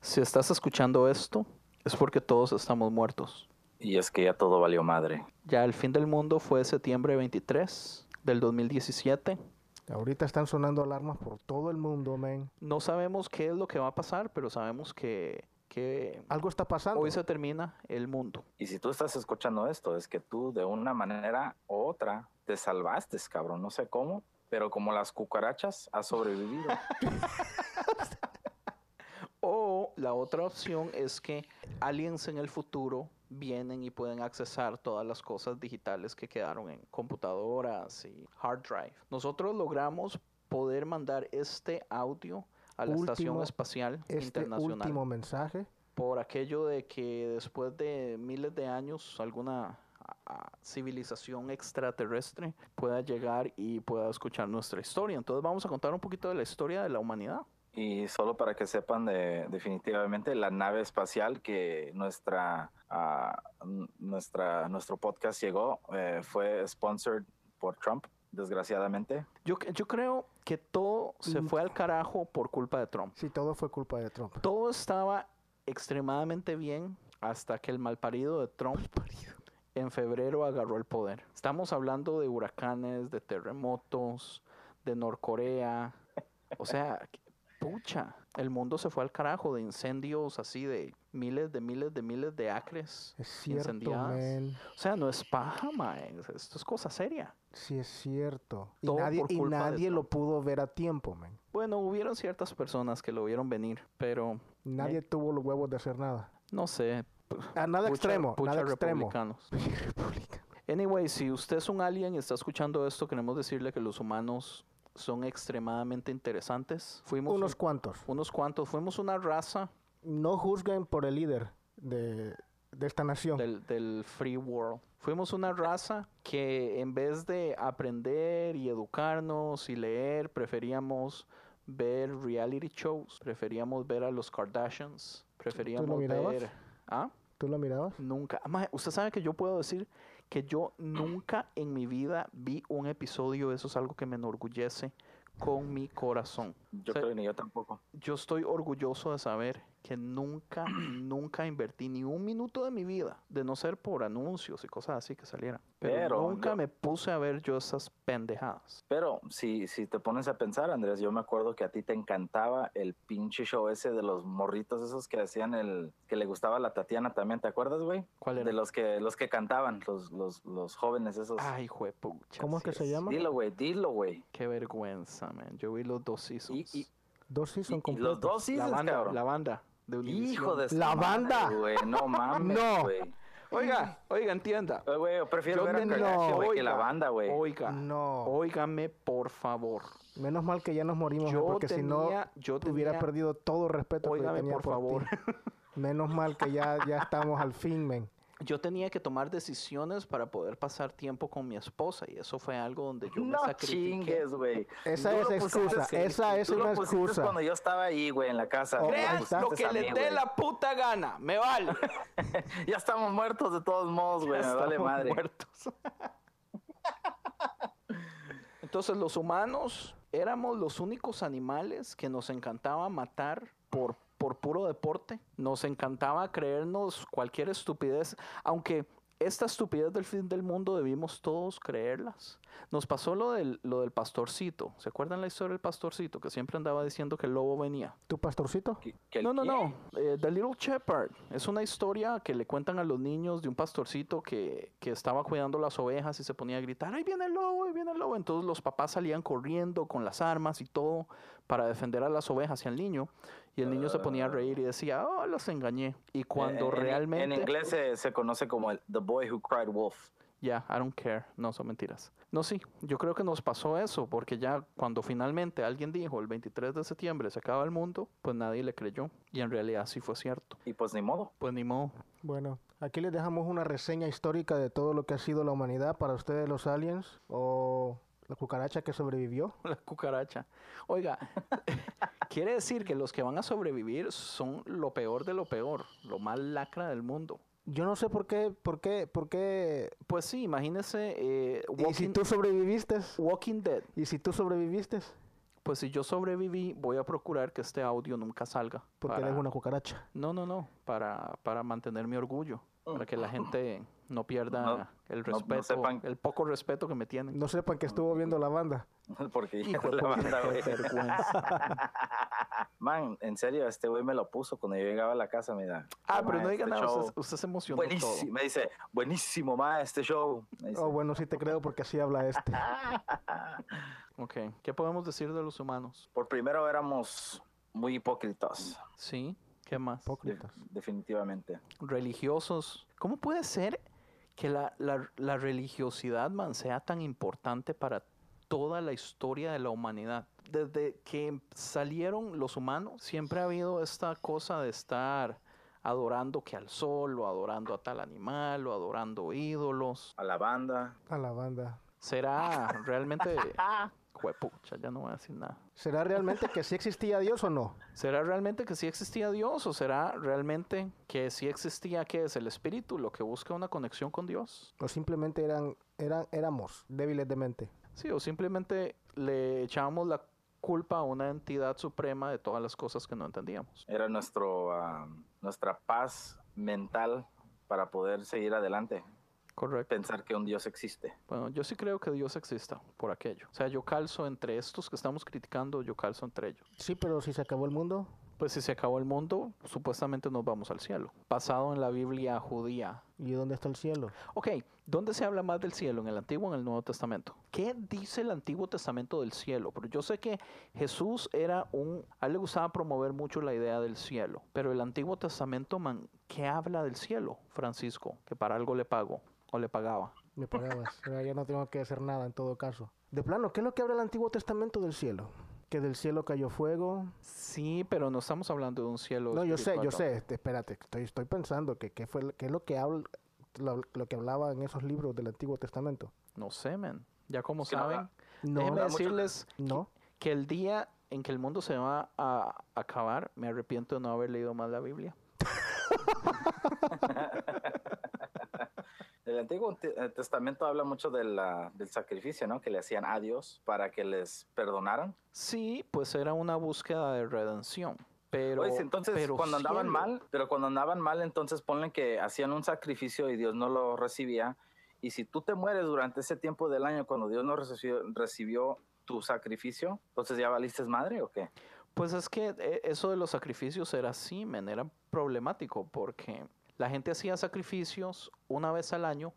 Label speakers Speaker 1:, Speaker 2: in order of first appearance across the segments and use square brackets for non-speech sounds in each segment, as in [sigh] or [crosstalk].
Speaker 1: Si estás escuchando esto, es porque todos estamos muertos.
Speaker 2: Y es que ya todo valió madre.
Speaker 1: Ya el fin del mundo fue septiembre 23 del 2017.
Speaker 3: Ahorita están sonando alarmas por todo el mundo, men.
Speaker 1: No sabemos qué es lo que va a pasar, pero sabemos que, que
Speaker 3: Algo está pasando.
Speaker 1: hoy se termina el mundo.
Speaker 2: Y si tú estás escuchando esto, es que tú de una manera u otra te salvaste, cabrón. No sé cómo, pero como las cucarachas, has sobrevivido.
Speaker 1: O la otra opción es que aliens en el futuro vienen y pueden accesar todas las cosas digitales que quedaron en computadoras y hard drive. Nosotros logramos poder mandar este audio a la Estación
Speaker 3: Último-
Speaker 1: Espacial
Speaker 3: Este
Speaker 1: Internacional
Speaker 3: último mensaje.
Speaker 1: por aquello de que después de miles de años alguna a- a- civilización extraterrestre pueda llegar y pueda escuchar nuestra historia. Entonces vamos a contar un poquito de la historia de la humanidad.
Speaker 2: Y solo para que sepan de, definitivamente la nave espacial que nuestra, ah, n- nuestra nuestro podcast llegó eh, fue sponsored por Trump, desgraciadamente.
Speaker 1: Yo, c- yo creo que todo se
Speaker 3: Mm.
Speaker 1: fue al carajo por culpa de Trump.
Speaker 3: Sí, todo fue culpa de Trump.
Speaker 1: Todo estaba extremadamente bien hasta que el malparido de Trump en febrero agarró el poder. Estamos hablando de huracanes, de terremotos, de Norcorea. O sea, [laughs] que- pucha, el mundo se fue al carajo de incendios así de miles de miles de miles de acres.
Speaker 3: Es cierto,
Speaker 1: Incendiadas.
Speaker 3: men.
Speaker 1: O sea, no es paja, mae. Esto es cosa seria.
Speaker 3: Sí, es cierto. Y
Speaker 1: Todo
Speaker 3: nadie,
Speaker 1: por
Speaker 3: y
Speaker 1: culpa de
Speaker 3: nadie lo
Speaker 1: Trump.
Speaker 3: pudo ver a tiempo, men.
Speaker 1: Bueno, hubieron ciertas personas que lo vieron venir, pero Eh.
Speaker 3: Nadie tuvo los huevos de hacer nada.
Speaker 1: no sé.
Speaker 3: A nada
Speaker 1: pucha-
Speaker 3: extremo,
Speaker 1: pucha
Speaker 3: nada extremo. [laughs]
Speaker 1: republicanos. Anyway, si usted es un alien y está escuchando esto, queremos decirle que los humanos son extremadamente interesantes. Fuimos
Speaker 3: Unos
Speaker 1: un-
Speaker 3: cuantos.
Speaker 1: unos cuantos, fuimos una raza
Speaker 3: No juzguen por el líder de, de esta nación.
Speaker 1: del, del free world. Fuimos una raza que en vez de aprender y educarnos y leer, preferíamos ver reality shows, preferíamos ver a los Kardashians, preferíamos
Speaker 3: mirabas?
Speaker 1: ver... ¿Ah?
Speaker 3: ¿Tú lo mirabas?
Speaker 1: Nunca. ah, Mae, usted sabe que yo puedo decir que yo nunca en mi vida vi un episodio. Eso es algo que me enorgullece con mi corazón.
Speaker 2: Yo
Speaker 1: Sí.
Speaker 2: creo que ni yo tampoco.
Speaker 1: Yo estoy orgulloso de saber que nunca, [clears throat] nunca invertí ni un minuto de mi vida, de no ser por anuncios y cosas así que salieran. Pero,
Speaker 2: Pero
Speaker 1: nunca
Speaker 2: yo-
Speaker 1: me puse a ver yo esas pendejadas.
Speaker 2: Pero si, si te pones a pensar, Andrés, yo me acuerdo que a ti te encantaba el pinche show ese de los morritos esos que hacían el que le gustaba a la Tatiana también, ¿te acuerdas, güey?
Speaker 1: ¿Cuál era?
Speaker 2: De los que los que cantaban, los los, los jóvenes esos.
Speaker 1: Ay, juepucha.
Speaker 3: ¿Cómo es que
Speaker 1: sí
Speaker 3: Ah, se llama?
Speaker 2: Dilo, güey, dilo, güey.
Speaker 1: Qué vergüenza, man. Yo vi los dos seasons.
Speaker 2: y-
Speaker 3: Dos sí
Speaker 2: Y-
Speaker 3: son
Speaker 2: y Los
Speaker 3: completos.
Speaker 2: dos sí,
Speaker 1: la banda,
Speaker 2: cabrón.
Speaker 1: la banda de
Speaker 2: Hijo
Speaker 1: Univision.
Speaker 2: de su
Speaker 3: La
Speaker 2: madre,
Speaker 3: banda.
Speaker 2: güey,
Speaker 3: [laughs]
Speaker 2: no mames,
Speaker 3: No.
Speaker 2: güey.
Speaker 1: Oiga, oiga, entienda.
Speaker 2: Eh, güey, yo prefiero
Speaker 1: Yo
Speaker 2: ver a
Speaker 1: tengo-
Speaker 2: Kardashian, güey, que
Speaker 1: Oiga,
Speaker 2: la banda, güey.
Speaker 1: Oiga,
Speaker 3: No.
Speaker 1: óigame, por favor.
Speaker 3: Menos mal que ya nos morimos,
Speaker 1: Yo
Speaker 3: porque si no,
Speaker 1: tenía- yo
Speaker 3: te hubiera
Speaker 1: tenía-
Speaker 3: perdido todo respeto que yo
Speaker 1: Óigame,
Speaker 3: tenía
Speaker 1: por favor.
Speaker 3: [laughs] ti. Menos mal que ya, ya estamos al fin, men.
Speaker 1: Yo tenía que tomar decisiones para poder pasar tiempo con mi esposa y eso fue algo donde yo me
Speaker 2: No
Speaker 1: sacrifiqué.
Speaker 2: chingues, güey.
Speaker 3: Esa
Speaker 2: Tú
Speaker 3: es
Speaker 2: lo
Speaker 3: excusa,
Speaker 2: pusiste-
Speaker 3: esa es
Speaker 2: tú lo
Speaker 3: una
Speaker 2: pusiste
Speaker 3: excusa.
Speaker 2: cuando yo estaba ahí, güey, en la casa.
Speaker 3: Oh,
Speaker 2: me
Speaker 3: Crean
Speaker 1: Vean
Speaker 3: ahí está.
Speaker 2: pusiste
Speaker 1: lo que
Speaker 2: a
Speaker 1: les
Speaker 2: mí,
Speaker 1: dé
Speaker 2: güey.
Speaker 1: la puta gana, me vale.
Speaker 2: Ya estamos muertos de todos modos, güey, me vale
Speaker 1: Estamos
Speaker 2: madre.
Speaker 1: muertos. Entonces los humanos éramos los únicos animales que nos encantaba matar por, por puro deporte. Nos encantaba creernos cualquier estupidez, aunque esta estupidez del fin del mundo debimos todos creerlas. Nos pasó lo del, lo del pastorcito. ¿Se acuerdan la historia del pastorcito que siempre andaba diciendo que el lobo venía?
Speaker 3: ¿Tu pastorcito?
Speaker 2: Que- que el-
Speaker 1: No, no, no. Eh, The Little Shepherd es una historia que le cuentan a los niños de un pastorcito que, que estaba cuidando las ovejas y se ponía a gritar, ahí viene el lobo, ahí viene el lobo. Entonces los papás salían corriendo con las armas y todo para defender a las ovejas y al niño. Y el niño se ponía a reír y decía, oh, los engañé. Y cuando
Speaker 2: En- en-
Speaker 1: realmente...
Speaker 2: En inglés se, se conoce como el The Boy Who Cried Wolf.
Speaker 1: Ya, I don't care. No, son mentiras. No, sí, yo creo que nos pasó eso, porque ya cuando finalmente alguien dijo el 23 de septiembre se acaba el mundo, pues nadie le creyó. Y en realidad sí fue cierto.
Speaker 2: Y pues ni modo. [laughs]
Speaker 1: Pues ni modo.
Speaker 3: Bueno, aquí les dejamos una reseña histórica de todo lo que ha sido la humanidad para ustedes los aliens o la cucaracha que sobrevivió.
Speaker 1: La cucaracha. Oiga, [laughs] quiere decir que los que van a sobrevivir son lo peor de lo peor, lo más lacra del mundo.
Speaker 3: Yo no sé por qué, por qué, por qué.
Speaker 1: Pues sí, imagínese eh,
Speaker 3: ¿Y
Speaker 1: Walking,
Speaker 3: si tú sobreviviste?
Speaker 1: Walking Dead.
Speaker 3: ¿Y si tú sobreviviste?
Speaker 1: Pues si yo sobreviví, voy a procurar que este audio nunca salga.
Speaker 3: porque
Speaker 1: para-
Speaker 3: eres una cucaracha.
Speaker 1: No, no, no, para, para mantener mi orgullo, para que la gente no pierda
Speaker 2: Ah. No,
Speaker 1: el
Speaker 2: no
Speaker 1: respeto,
Speaker 2: sepan-
Speaker 1: el poco respeto que me tienen.
Speaker 3: No sepan que estuvo viendo la banda.
Speaker 2: Porque ya
Speaker 1: Hijo de
Speaker 2: [laughs] la
Speaker 1: puta,
Speaker 2: banda,
Speaker 1: qué
Speaker 2: güey.
Speaker 3: [laughs]
Speaker 1: vergüenza.
Speaker 2: Man, en serio, este güey me lo puso cuando yo llegaba a la casa, mira.
Speaker 1: Ah,
Speaker 2: "Ma,
Speaker 1: pero no
Speaker 2: este
Speaker 1: diga nada,
Speaker 2: show,
Speaker 1: usted, usted se emocionó
Speaker 2: Buenísimo, me dice, buenísimo, ma, este show. Me dice,
Speaker 3: Oh, bueno, sí te creo porque así habla [laughs] este.
Speaker 1: todo. Ok, ¿qué podemos decir de los humanos?
Speaker 2: Por primero éramos muy hipócritas,
Speaker 1: Sí, ¿qué más?
Speaker 2: de-
Speaker 3: Hipócritas.
Speaker 2: definitivamente.
Speaker 1: Religiosos. ¿Cómo puede ser que la, la- la religiosidad, man, sea tan importante para toda la historia de la humanidad? Desde que salieron los humanos, siempre ha habido esta cosa de estar adorando que al sol, o adorando a tal animal, o adorando ídolos.
Speaker 2: A la banda,
Speaker 3: A la banda.
Speaker 1: ¿Será realmente... Juepucha, ya no voy a decir nada.
Speaker 3: ¿Será realmente que sí existía Dios o no?
Speaker 1: ¿Será realmente que sí existía Dios o será realmente que sí existía que es el espíritu lo que busca una conexión con Dios?
Speaker 3: O simplemente eran, eran, éramos débiles de mente.
Speaker 1: Sí, o simplemente le echábamos la culpa a una entidad suprema de todas las cosas que no entendíamos.
Speaker 2: era nuestro, ah, nuestra paz mental para poder seguir adelante.
Speaker 1: Correcto.
Speaker 2: Pensar que un Dios existe.
Speaker 1: Bueno, yo sí creo que Dios exista por aquello. O sea, yo calzo entre estos que estamos criticando, yo calzo entre ellos.
Speaker 3: Sí, pero si se acabó el mundo,
Speaker 1: Pues si se acabó el mundo, supuestamente nos vamos al cielo. Basado en la Biblia judía,
Speaker 3: ¿y dónde está el cielo?
Speaker 1: Ok, ¿dónde se habla más del cielo? ¿En el Antiguo o en el Nuevo Testamento? ¿Qué dice el Antiguo Testamento del cielo? Pero yo sé que Jesús era un... A él le gustaba promover mucho la idea del cielo. Pero el Antiguo Testamento, man, ¿qué habla del cielo, Francisco? Que para algo le pagó o le pagaba.
Speaker 3: Me pagabas.
Speaker 1: [laughs]
Speaker 3: Ahora ya no tengo que hacer nada en todo caso. De plano, ¿qué es lo que habla el Antiguo Testamento del cielo? Que del cielo cayó fuego.
Speaker 1: Sí, pero no estamos hablando de un cielo...
Speaker 3: No, yo sé,
Speaker 1: espiritual,
Speaker 3: yo
Speaker 1: ¿no?
Speaker 3: sé. este, Espérate, estoy, estoy pensando que qué fue, qué es lo que habla, lo, lo que hablaba en esos libros del Antiguo Testamento.
Speaker 1: No sé, man. Ya como
Speaker 2: Sí, no
Speaker 1: saben,
Speaker 2: habla-
Speaker 3: No,
Speaker 1: déjenme
Speaker 2: habla mucho de-
Speaker 1: decirles
Speaker 3: no.
Speaker 1: que el día en que el mundo se va a acabar, me arrepiento de no haber leído más la Biblia.
Speaker 2: El Antiguo Te- eh, Testamento habla mucho de la- del sacrificio ¿no? que le hacían a Dios para que les perdonaran.
Speaker 1: Sí, pues era una búsqueda de redención. Pero,
Speaker 2: Oye, entonces,
Speaker 1: pero
Speaker 2: cuando andaban
Speaker 1: cielo.
Speaker 2: mal, pero cuando andaban mal, entonces ponle que hacían un sacrificio y Dios no lo recibía. Y si tú te mueres durante ese tiempo del año cuando Dios no recibió, recibió tu sacrificio, entonces ya valiste madre o qué?
Speaker 1: Pues es que eh, eso de los sacrificios era así, men, era problemático porque la gente hacía sacrificios una vez al año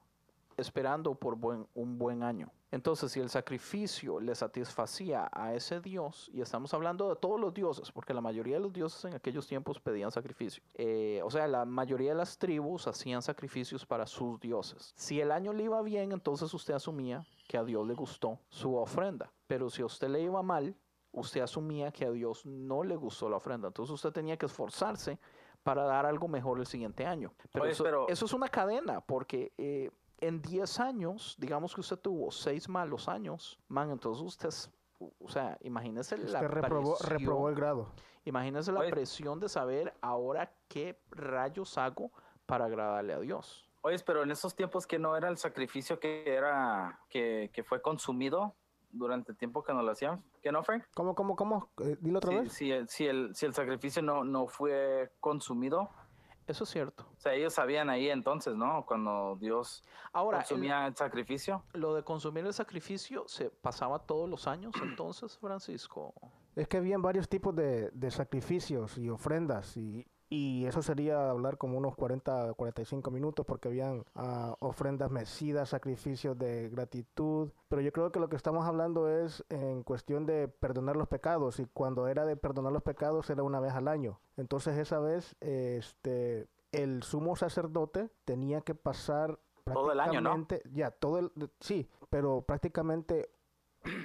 Speaker 1: esperando por buen, un buen año. Entonces, si el sacrificio le satisfacía a ese dios, y estamos hablando de todos los dioses, porque la mayoría de los dioses en aquellos tiempos pedían sacrificio. eh, o sea, la mayoría de las tribus hacían sacrificios para sus dioses. Si el año le iba bien, entonces usted asumía que a Dios le gustó su ofrenda. Pero si a usted le iba mal, usted asumía que a Dios no le gustó la ofrenda. Entonces usted tenía que esforzarse para dar algo mejor el siguiente año. Pero,
Speaker 2: Oye,
Speaker 1: eso,
Speaker 2: pero-
Speaker 1: eso es una cadena, porque eh, en 10 años, digamos que usted tuvo 6 malos años, man, entonces usted es... O sea, imagínese la
Speaker 3: Usted este, reprobó,
Speaker 1: presión-
Speaker 3: reprobó el grado.
Speaker 1: Imagínense la
Speaker 2: Oye.
Speaker 1: presión de saber ahora qué rayos hago para agradarle a Dios.
Speaker 2: Oye, pero en esos tiempos que no era el sacrificio que era que, que fue consumido durante el tiempo que no lo hacían, ¿qué no, Frank?
Speaker 3: ¿Cómo, cómo, cómo? Eh, dilo otra
Speaker 2: Si,
Speaker 3: vez.
Speaker 2: si el, si el- si el sacrificio no, no fue consumido, o
Speaker 1: Eso es cierto.
Speaker 2: sea, ellos sabían ahí entonces, ¿no? Cuando Dios
Speaker 1: Ahora, el-
Speaker 2: consumía el sacrificio.
Speaker 1: lo de consumir el sacrificio se pasaba todos los años entonces, Francisco.
Speaker 3: Es que habían varios tipos de, de sacrificios y ofrendas y, y eso sería hablar como unos 40, 45 minutos porque habían ah, ofrendas merecidas, sacrificios de gratitud, pero yo creo que lo que estamos hablando es en cuestión de perdonar los pecados y cuando era de perdonar los pecados era una vez al año. Entonces esa vez este el sumo sacerdote tenía que pasar
Speaker 2: Todo el año, ¿no?
Speaker 3: prácticamente- Ya, todo el sí, pero prácticamente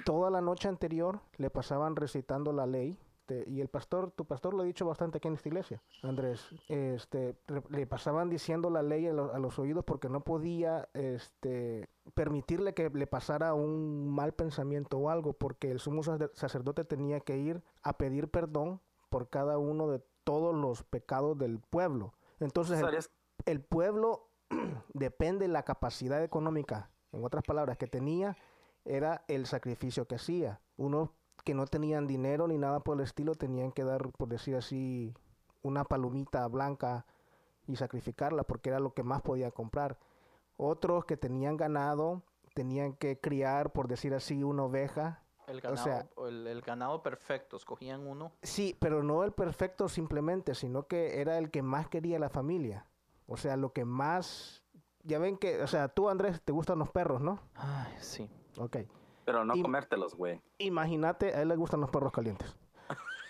Speaker 3: toda la noche anterior le pasaban recitando la ley. te- y el pastor, tu pastor lo ha dicho bastante aquí en esta iglesia, Andrés, este, re- le pasaban diciendo la ley a, lo- a los oídos porque no podía este, permitirle que le pasara un mal pensamiento o algo, porque el sumo sacer- sacerdote tenía que ir a pedir perdón por cada uno de todos los pecados del pueblo. Entonces, el-
Speaker 2: ¿Sabías-
Speaker 3: el pueblo [clears throat] depende de la capacidad económica, en otras palabras, que tenía, era el sacrificio que hacía. Unos que no tenían dinero ni nada por el estilo tenían que dar, por decir así, una palomita blanca y sacrificarla porque era lo que más podían comprar. Otros que tenían ganado tenían que criar, por decir así, una oveja.
Speaker 1: El
Speaker 3: O
Speaker 1: ganado,
Speaker 3: sea-
Speaker 1: el, el ganado perfecto, escogían uno.
Speaker 3: Sí, pero no el perfecto simplemente, sino que era el que más quería la familia. O sea, lo que más... Ya ven que, o sea, tú Andrés, te gustan los perros, ¿no?
Speaker 1: Ay, sí.
Speaker 3: Ok.
Speaker 2: Pero no
Speaker 3: Y-
Speaker 2: comértelos, güey.
Speaker 3: Imagínate, a él le gustan los perros calientes.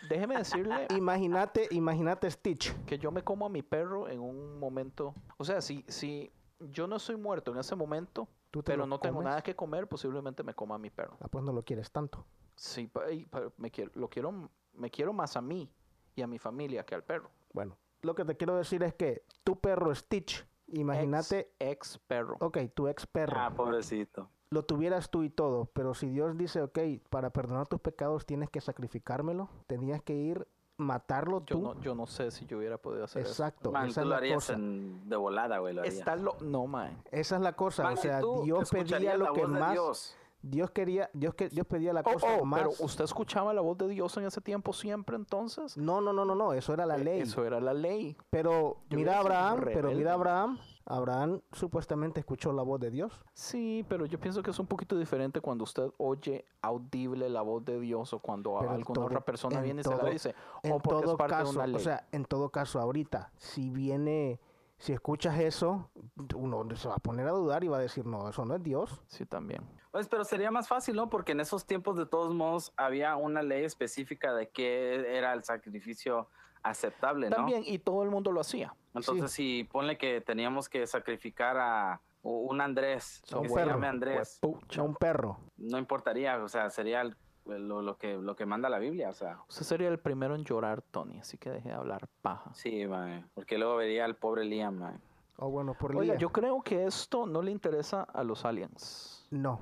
Speaker 1: Déjeme
Speaker 3: [laughs]
Speaker 1: decirle
Speaker 3: Imagínate, imagínate Stitch.
Speaker 1: que yo me como a mi perro en un momento. O sea, si, si yo no estoy muerto en ese momento,
Speaker 3: ¿Tú te
Speaker 1: pero
Speaker 3: lo
Speaker 1: no tengo
Speaker 3: comes?
Speaker 1: nada que comer, posiblemente me coma a mi perro.
Speaker 3: Ah, pues no lo quieres tanto.
Speaker 1: Sí, pa- y pa- me quiero, lo quiero, me quiero más a mí y a mi familia que al perro.
Speaker 3: Bueno, lo que te quiero decir es que tu perro Stitch, imagínate,
Speaker 1: Ex, ex perro.
Speaker 3: ok, tu ex perro,
Speaker 2: Ah, pobrecito.
Speaker 3: lo tuvieras tú y todo, pero si Dios dice, ok, para perdonar tus pecados tienes que sacrificármelo, tenías que ir, matarlo
Speaker 1: Yo
Speaker 3: tú.
Speaker 1: no, yo no sé si yo hubiera podido hacer eso.
Speaker 3: Exacto,
Speaker 2: Man,
Speaker 3: esa
Speaker 2: tú
Speaker 3: es
Speaker 2: lo
Speaker 3: la
Speaker 2: harías
Speaker 3: cosa.
Speaker 2: en- de volada, güey. lo harías.
Speaker 1: Está lo... No, man.
Speaker 3: Esa es la cosa,
Speaker 2: Man,
Speaker 3: o sea,
Speaker 2: tú
Speaker 3: Dios pedía
Speaker 2: escucharías la
Speaker 3: lo que
Speaker 2: voz de
Speaker 3: más
Speaker 2: Dios.
Speaker 3: Dios quería, Dios que Dios pedía la
Speaker 1: Oh,
Speaker 3: cosa
Speaker 1: oh,
Speaker 3: más.
Speaker 1: pero usted escuchaba la voz de Dios en ese tiempo siempre entonces.
Speaker 3: No, no, no, no, no, eso era la
Speaker 1: Eh,
Speaker 3: ley.
Speaker 1: Eso era la ley.
Speaker 3: Pero
Speaker 1: Yo
Speaker 3: mira
Speaker 1: hubiera sido
Speaker 3: a
Speaker 1: un
Speaker 3: Abraham, pero
Speaker 1: rebelde.
Speaker 3: mira a Abraham, Abraham supuestamente escuchó la voz de Dios.
Speaker 1: Sí, pero yo pienso que es un poquito diferente cuando usted oye audible la voz de Dios o cuando a
Speaker 3: Pero en
Speaker 1: alguna
Speaker 3: todo-
Speaker 1: otra persona
Speaker 3: en
Speaker 1: viene y se
Speaker 3: todo-
Speaker 1: la dice.
Speaker 3: En
Speaker 1: O porque
Speaker 3: todo
Speaker 1: es parte
Speaker 3: caso,
Speaker 1: de una ley.
Speaker 3: o sea, en todo caso ahorita, si viene, si escuchas eso, uno se va a poner a dudar y va a decir, no, eso no es Dios.
Speaker 1: sí, también.
Speaker 2: Pues, pero sería más fácil, ¿no? Porque en esos tiempos, de todos modos, había una ley específica de qué era el sacrificio aceptable, ¿no?
Speaker 1: También, y todo el mundo lo hacía.
Speaker 2: Entonces, si ponle que teníamos que sacrificar a un Andrés,
Speaker 3: A un
Speaker 2: que se
Speaker 3: perro.
Speaker 2: llame Andrés,
Speaker 1: Pucha.
Speaker 3: A un perro.
Speaker 2: no importaría, o sea, sería el- lo, lo que, lo que manda la Biblia, o sea.
Speaker 1: Usted sería el primero en llorar, Tony, así que deje de hablar paja.
Speaker 2: Sí, mae, porque luego vería al pobre Liam, mae.
Speaker 3: O bueno, por
Speaker 1: Oiga,
Speaker 3: Lía.
Speaker 1: yo creo que esto no le interesa a los aliens.
Speaker 3: No,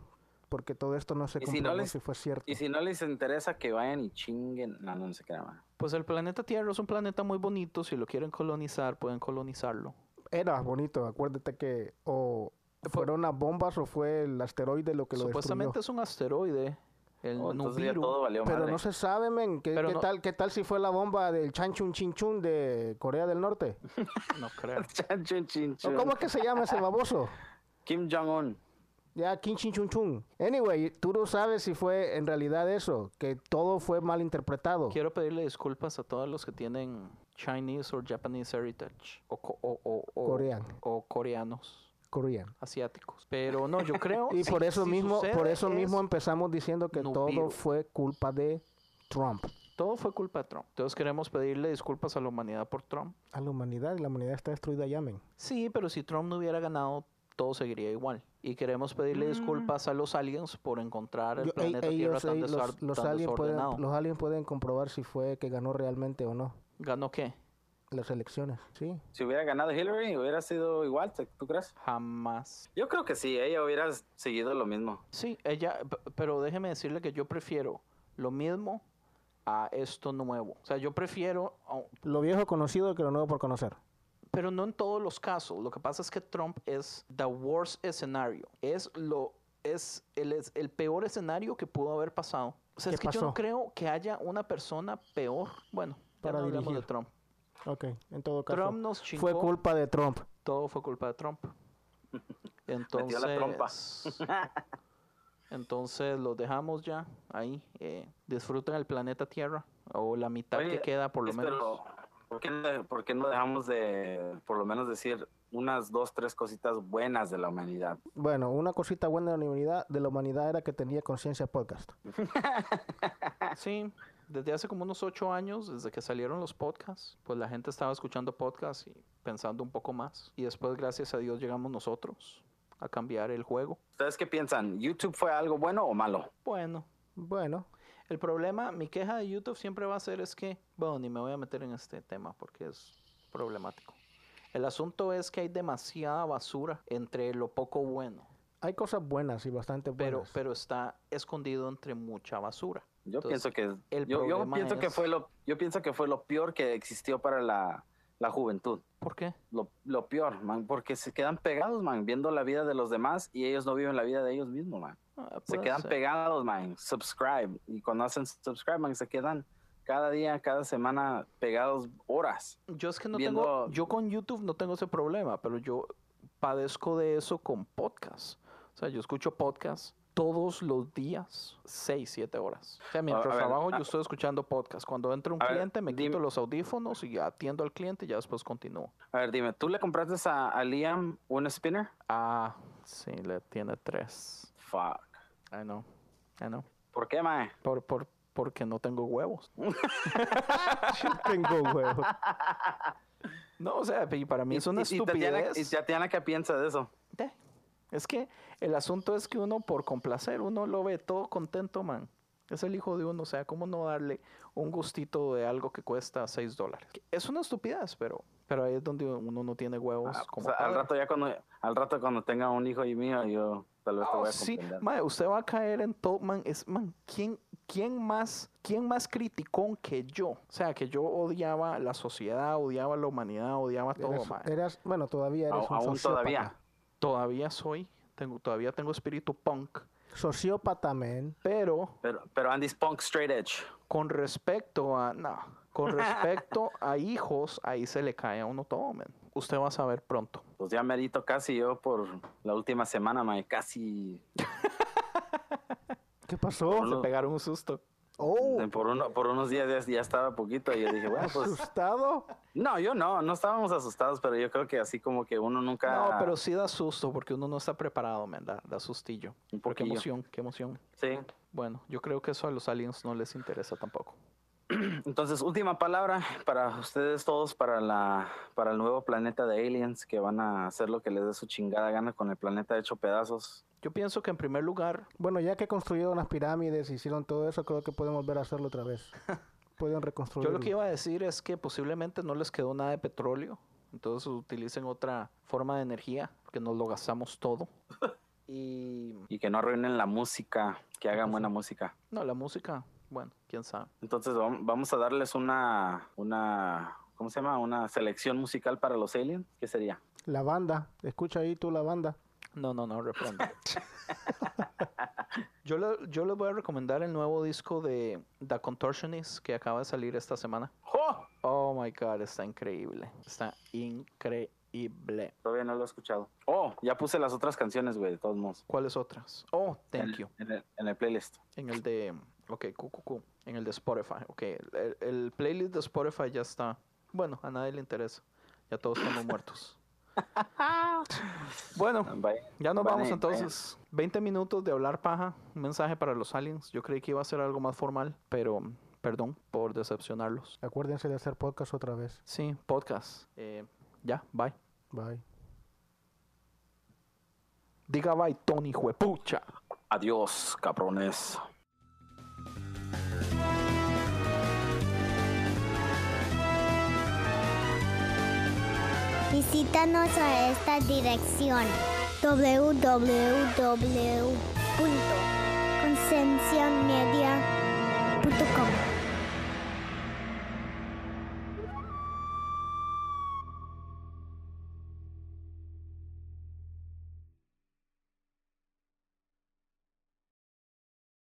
Speaker 3: porque todo esto no se
Speaker 2: ¿Y si no
Speaker 3: comprobó si,
Speaker 2: les-
Speaker 3: fue cierto.
Speaker 2: Y si no les interesa que vayan y chinguen, no, no, no se crea, mae.
Speaker 1: Pues el planeta Tierra es un planeta muy bonito. Si lo quieren colonizar, pueden colonizarlo.
Speaker 3: Era bonito, acuérdate que o
Speaker 1: Fue-
Speaker 3: fueron las bombas o fue el asteroide lo que lo
Speaker 1: Supuestamente
Speaker 3: destruyó.
Speaker 1: es un asteroide, el
Speaker 2: Oh, entonces ya
Speaker 1: Nubiru.
Speaker 2: todo valió
Speaker 3: Pero
Speaker 2: madre.
Speaker 3: no se sabe, men, ¿qué,
Speaker 1: Pero
Speaker 3: qué
Speaker 1: no-
Speaker 3: tal, ¿qué tal si fue la bomba del Chanchun Chinchun de Corea del Norte?
Speaker 1: No creo.
Speaker 2: [laughs] Chan, chun, chin,
Speaker 3: ¿O
Speaker 2: chun.
Speaker 3: ¿Cómo es que se llama ese baboso?
Speaker 2: Kim Jong-un.
Speaker 3: Ya, Kim Chin Chun Chun. Anyway, tú no sabes si fue en realidad eso, que todo fue mal interpretado.
Speaker 1: Quiero pedirle disculpas a todos los que tienen Chinese or Japanese heritage o, co- o- o- o-
Speaker 3: Corean.
Speaker 1: o coreanos
Speaker 3: Korean.
Speaker 1: asiáticos. Pero no, yo creo.
Speaker 3: [laughs] Y
Speaker 1: si-
Speaker 3: por eso
Speaker 1: si
Speaker 3: mismo,
Speaker 1: sucede
Speaker 3: por eso
Speaker 1: es-
Speaker 3: mismo empezamos diciendo que todo
Speaker 1: Nubiru.
Speaker 3: fue culpa de Trump.
Speaker 1: todo fue culpa de Trump. Entonces queremos pedirle disculpas a la humanidad por Trump.
Speaker 3: A la humanidad, y la humanidad está destruida, llamen.
Speaker 1: Sí, pero si Trump no hubiera ganado, todo seguiría igual. Y queremos pedirle disculpas a los aliens por encontrar el
Speaker 3: Yo-
Speaker 1: planeta
Speaker 3: e-
Speaker 1: Tierra
Speaker 3: ellos,
Speaker 1: tan,
Speaker 3: eh,
Speaker 1: desor-
Speaker 3: los, los
Speaker 1: tan
Speaker 3: aliens pueden,
Speaker 1: desordenado.
Speaker 3: los aliens pueden comprobar si fue que ganó realmente o no
Speaker 1: ¿Ganó qué?
Speaker 3: las elecciones, ¿sí?
Speaker 2: Si hubiera ganado Hillary, hubiera sido igual, ¿te- ¿tú crees?
Speaker 1: Jamás.
Speaker 2: Yo creo que sí, ella hubiera seguido lo mismo.
Speaker 1: Sí, ella, p- pero déjeme decirle que yo prefiero lo mismo a esto nuevo. O sea, yo prefiero, oh,
Speaker 3: Lo viejo conocido que lo nuevo por conocer.
Speaker 1: pero no en todos los casos. Lo que pasa es que Trump es the worst escenario. Es lo es el, es el peor escenario que pudo haber pasado. O sea,
Speaker 3: ¿Qué
Speaker 1: es que yo
Speaker 3: pasó?
Speaker 1: no creo que haya una persona peor. Bueno, ya
Speaker 3: Para
Speaker 1: no hablamos
Speaker 3: dirigir.
Speaker 1: de Trump.
Speaker 3: Ok, en todo caso.
Speaker 1: Trump nos chingó.
Speaker 3: fue culpa de Trump.
Speaker 1: Todo fue culpa de
Speaker 2: [laughs]
Speaker 1: Trump. Entonces,
Speaker 2: trompa. [laughs]
Speaker 1: entonces los dejamos ya ahí. eh, disfruten el planeta Tierra o la mitad
Speaker 2: Oye,
Speaker 1: que queda por lo
Speaker 2: Luis,
Speaker 1: menos.
Speaker 2: pero, [laughs] ¿por qué, no- por qué no dejamos de, por lo menos, decir unas dos, tres cositas buenas de la humanidad?
Speaker 3: Bueno, una cosita buena de la humanidad, de la humanidad era que tenía conciencia podcast.
Speaker 1: Sí, desde hace como unos ocho años, desde que salieron los podcasts, pues la gente estaba escuchando podcasts y pensando un poco más. Y después, gracias a Dios, llegamos nosotros a cambiar el juego.
Speaker 2: ¿Ustedes qué piensan? ¿YouTube fue algo bueno o malo?
Speaker 1: Bueno,
Speaker 3: Bueno,
Speaker 1: El problema, mi queja de YouTube siempre va a ser es que, bueno, ni me voy a meter en este tema porque es problemático. El asunto es que hay demasiada basura entre lo poco bueno,
Speaker 3: hay cosas buenas y bastante
Speaker 1: pero,
Speaker 3: buenas.
Speaker 1: pero está escondido entre mucha basura.
Speaker 2: Yo
Speaker 1: Entonces,
Speaker 2: pienso que
Speaker 1: el
Speaker 2: yo, yo
Speaker 1: problema
Speaker 2: pienso que
Speaker 1: es-
Speaker 2: fue lo yo pienso que fue lo peor que existió para la la juventud.
Speaker 1: ¿Por qué?
Speaker 2: Lo, lo peor, man, porque se quedan pegados, man, viendo la vida de los demás y ellos no viven la vida de ellos mismos, man.
Speaker 1: Ah,
Speaker 2: Se
Speaker 1: puede
Speaker 2: quedan
Speaker 1: ser.
Speaker 2: pegados, man. Subscribe. Y cuando hacen subscribe, man, se quedan cada día, cada semana pegados horas.
Speaker 1: Yo es que no
Speaker 2: viendo-
Speaker 1: tengo, yo con YouTube no tengo ese problema, pero yo padezco de eso con podcast. O sea, yo escucho podcast todos los días, 6, 7 horas. O sea, mientras
Speaker 2: a ver,
Speaker 1: trabajo
Speaker 2: a-
Speaker 1: yo estoy escuchando podcast. Cuando entra un
Speaker 2: a ver,
Speaker 1: cliente me quito
Speaker 2: dime-
Speaker 1: los audífonos y ya atiendo al cliente y ya después continúo.
Speaker 2: A ver, dime, ¿tú le compraste a, a Liam un spinner?
Speaker 1: Ah, sí, le tiene tres.
Speaker 2: Fuck.
Speaker 1: I know, I know.
Speaker 2: ¿Por qué, man?
Speaker 1: Por, por, porque no tengo huevos.
Speaker 3: [laughs] Tengo huevo.
Speaker 1: No, o sea, y para mí es una
Speaker 2: Tatiana, y
Speaker 1: estupidez.
Speaker 2: Tatiana, ¿qué piensa de eso?
Speaker 1: Te- Es que el asunto es que uno por complacer, uno lo ve todo contento, man. Es el hijo de uno, o sea, ¿cómo no darle un gustito de algo que cuesta 6 dólares? Es una estupidez, pero, pero ahí es donde uno no tiene huevos.
Speaker 2: Ah,
Speaker 1: Pues, como
Speaker 2: o sea, al
Speaker 1: padre.
Speaker 2: rato ya cuando, al rato cuando tenga un hijo y mío, yo tal vez te
Speaker 1: Oh,
Speaker 2: voy a
Speaker 1: sí,
Speaker 2: comprender.
Speaker 1: mae, usted va a caer en todo, man, es, man, ¿quién, quién más, quién más criticón que yo? O sea, que yo odiaba la sociedad, odiaba la humanidad, odiaba todo,
Speaker 3: Eras,
Speaker 1: mae.
Speaker 3: eras- bueno, todavía eres
Speaker 2: Au-
Speaker 3: un
Speaker 2: aún
Speaker 3: sociópata.
Speaker 2: todavía.
Speaker 1: Todavía soy, tengo, todavía tengo espíritu punk,
Speaker 3: Sociópata, man.
Speaker 1: pero
Speaker 2: Pero, pero Andy's punk straight edge.
Speaker 1: con respecto a no, [laughs] con respecto a hijos, ahí se le cae a uno todo, men. Usted va a saber pronto.
Speaker 2: Pues ya merito casi yo por la última semana, mae, casi
Speaker 3: ¿Qué pasó?
Speaker 2: Hola.
Speaker 1: Se pegaron un susto. Uh.
Speaker 3: Oh,
Speaker 2: por, uno, por unos días ya, ya estaba poquito y yo dije, bueno, pues
Speaker 1: [laughs]
Speaker 3: asustado.
Speaker 2: no, yo no, no estábamos asustados, pero yo creo que así como que uno nunca...
Speaker 1: No, pero sí da susto porque uno no está preparado, men. Da, da sustillo.
Speaker 2: Un
Speaker 1: Pero qué
Speaker 2: poquillo.
Speaker 1: emoción, qué emoción.
Speaker 2: Sí.
Speaker 1: Bueno, yo creo que eso a los aliens no les interesa tampoco.
Speaker 2: Entonces, última palabra para ustedes todos, para, la, para el nuevo planeta de aliens que van a hacer lo que les dé su chingada gana con el planeta hecho pedazos.
Speaker 1: Yo pienso que en primer lugar,
Speaker 3: Bueno, ya que construyeron las pirámides, hicieron todo eso, creo que pueden volver a hacerlo
Speaker 1: [laughs]
Speaker 3: otra vez. Pueden reconstruir.
Speaker 1: yo lo que iba a decir es que posiblemente no les quedó nada de petróleo. Entonces utilicen otra forma de energía, porque nos lo gastamos [laughs] todo. Y
Speaker 2: y que no arruinen la música, que hagan buena música.
Speaker 1: no, la música, bueno, quién sabe.
Speaker 2: Entonces vam- vamos a darles una, una, ¿cómo se llama? Una selección musical para los aliens. ¿Qué sería?
Speaker 3: La banda, escucha ahí tú la banda.
Speaker 1: No, no, no, reprenda. [laughs] yo, le- yo les voy a recomendar el nuevo disco de The Contortionist que acaba de salir esta semana.
Speaker 2: ¡Jo!
Speaker 1: Oh my god, está increíble. Está increíble.
Speaker 2: Todavía no lo he escuchado. Oh, ya puse las otras canciones, güey, de todos modos.
Speaker 1: ¿Cuáles otras? Oh,
Speaker 2: en,
Speaker 1: thank you.
Speaker 2: En el, en el playlist.
Speaker 1: En el de. Ok, QQQ. En el de Spotify. Ok, el, el playlist de Spotify ya está. Bueno, a nadie le interesa. Ya todos estamos
Speaker 2: [laughs]
Speaker 1: muertos. Bueno,
Speaker 2: Vaya.
Speaker 1: Ya nos
Speaker 2: Vale,
Speaker 1: vamos
Speaker 2: vaya.
Speaker 1: entonces. 20 minutos de hablar paja. Un mensaje para los aliens. Yo creí que iba a ser algo más formal, pero mm, perdón por decepcionarlos.
Speaker 3: Acuérdense de hacer podcast otra vez.
Speaker 1: Sí, podcast. Eh, ya, bye.
Speaker 3: Bye.
Speaker 1: Diga bye, Tony, juepucha.
Speaker 2: Adiós, cabrones.
Speaker 4: Visítanos a esta dirección www.concienciamedia.com.